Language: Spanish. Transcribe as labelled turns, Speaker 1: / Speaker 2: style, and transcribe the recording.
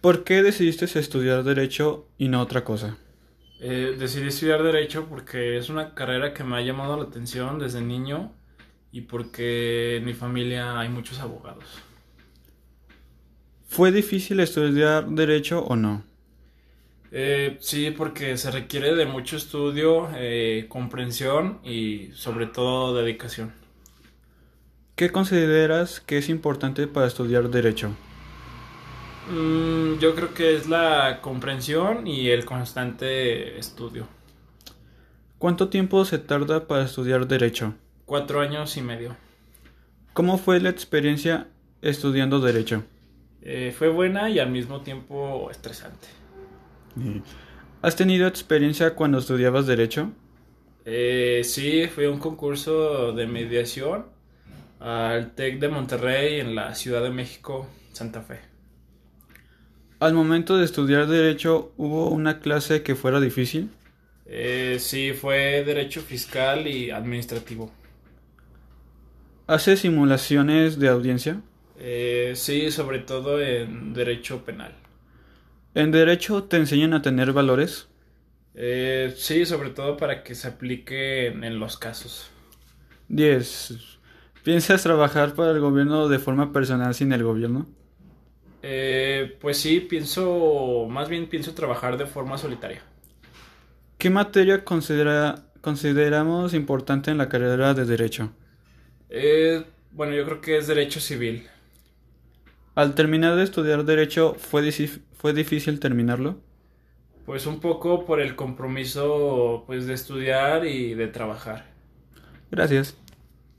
Speaker 1: ¿Por qué decidiste estudiar Derecho y no otra cosa?
Speaker 2: Eh, decidí estudiar Derecho porque es una carrera que me ha llamado la atención desde niño y porque en mi familia hay muchos abogados.
Speaker 1: ¿Fue difícil estudiar Derecho o no?
Speaker 2: Eh, sí, porque se requiere de mucho estudio, eh, comprensión y sobre todo dedicación.
Speaker 1: ¿Qué consideras que es importante para estudiar Derecho?
Speaker 2: Mm, yo creo que es la comprensión y el constante estudio.
Speaker 1: ¿Cuánto tiempo se tarda para estudiar Derecho?
Speaker 2: Cuatro años y medio.
Speaker 1: ¿Cómo fue la experiencia estudiando Derecho?
Speaker 2: Eh, fue buena y al mismo tiempo estresante.
Speaker 1: Y- ¿Has tenido experiencia cuando estudiabas Derecho?
Speaker 2: Eh, sí, fui a un concurso de mediación al TEC de Monterrey en la Ciudad de México, Santa Fe.
Speaker 1: ¿Al momento de estudiar Derecho hubo una clase que fuera difícil?
Speaker 2: Eh, sí, fue Derecho Fiscal y Administrativo.
Speaker 1: ¿Haces simulaciones de audiencia?
Speaker 2: Eh, sí, sobre todo en Derecho Penal.
Speaker 1: ¿En Derecho te enseñan a tener valores?
Speaker 2: Eh, sí, sobre todo para que se aplique en, en los casos.
Speaker 1: 10. ¿Piensas trabajar para el gobierno de forma personal sin el gobierno?
Speaker 2: Eh, pues sí, pienso, más bien pienso trabajar de forma solitaria.
Speaker 1: ¿Qué materia considera- consideramos importante en la carrera de Derecho?
Speaker 2: Eh, bueno, yo creo que es Derecho Civil.
Speaker 1: Al terminar de estudiar Derecho, ¿fue, disi- fue difícil terminarlo?
Speaker 2: Pues un poco por el compromiso pues de estudiar y de trabajar.
Speaker 1: Gracias.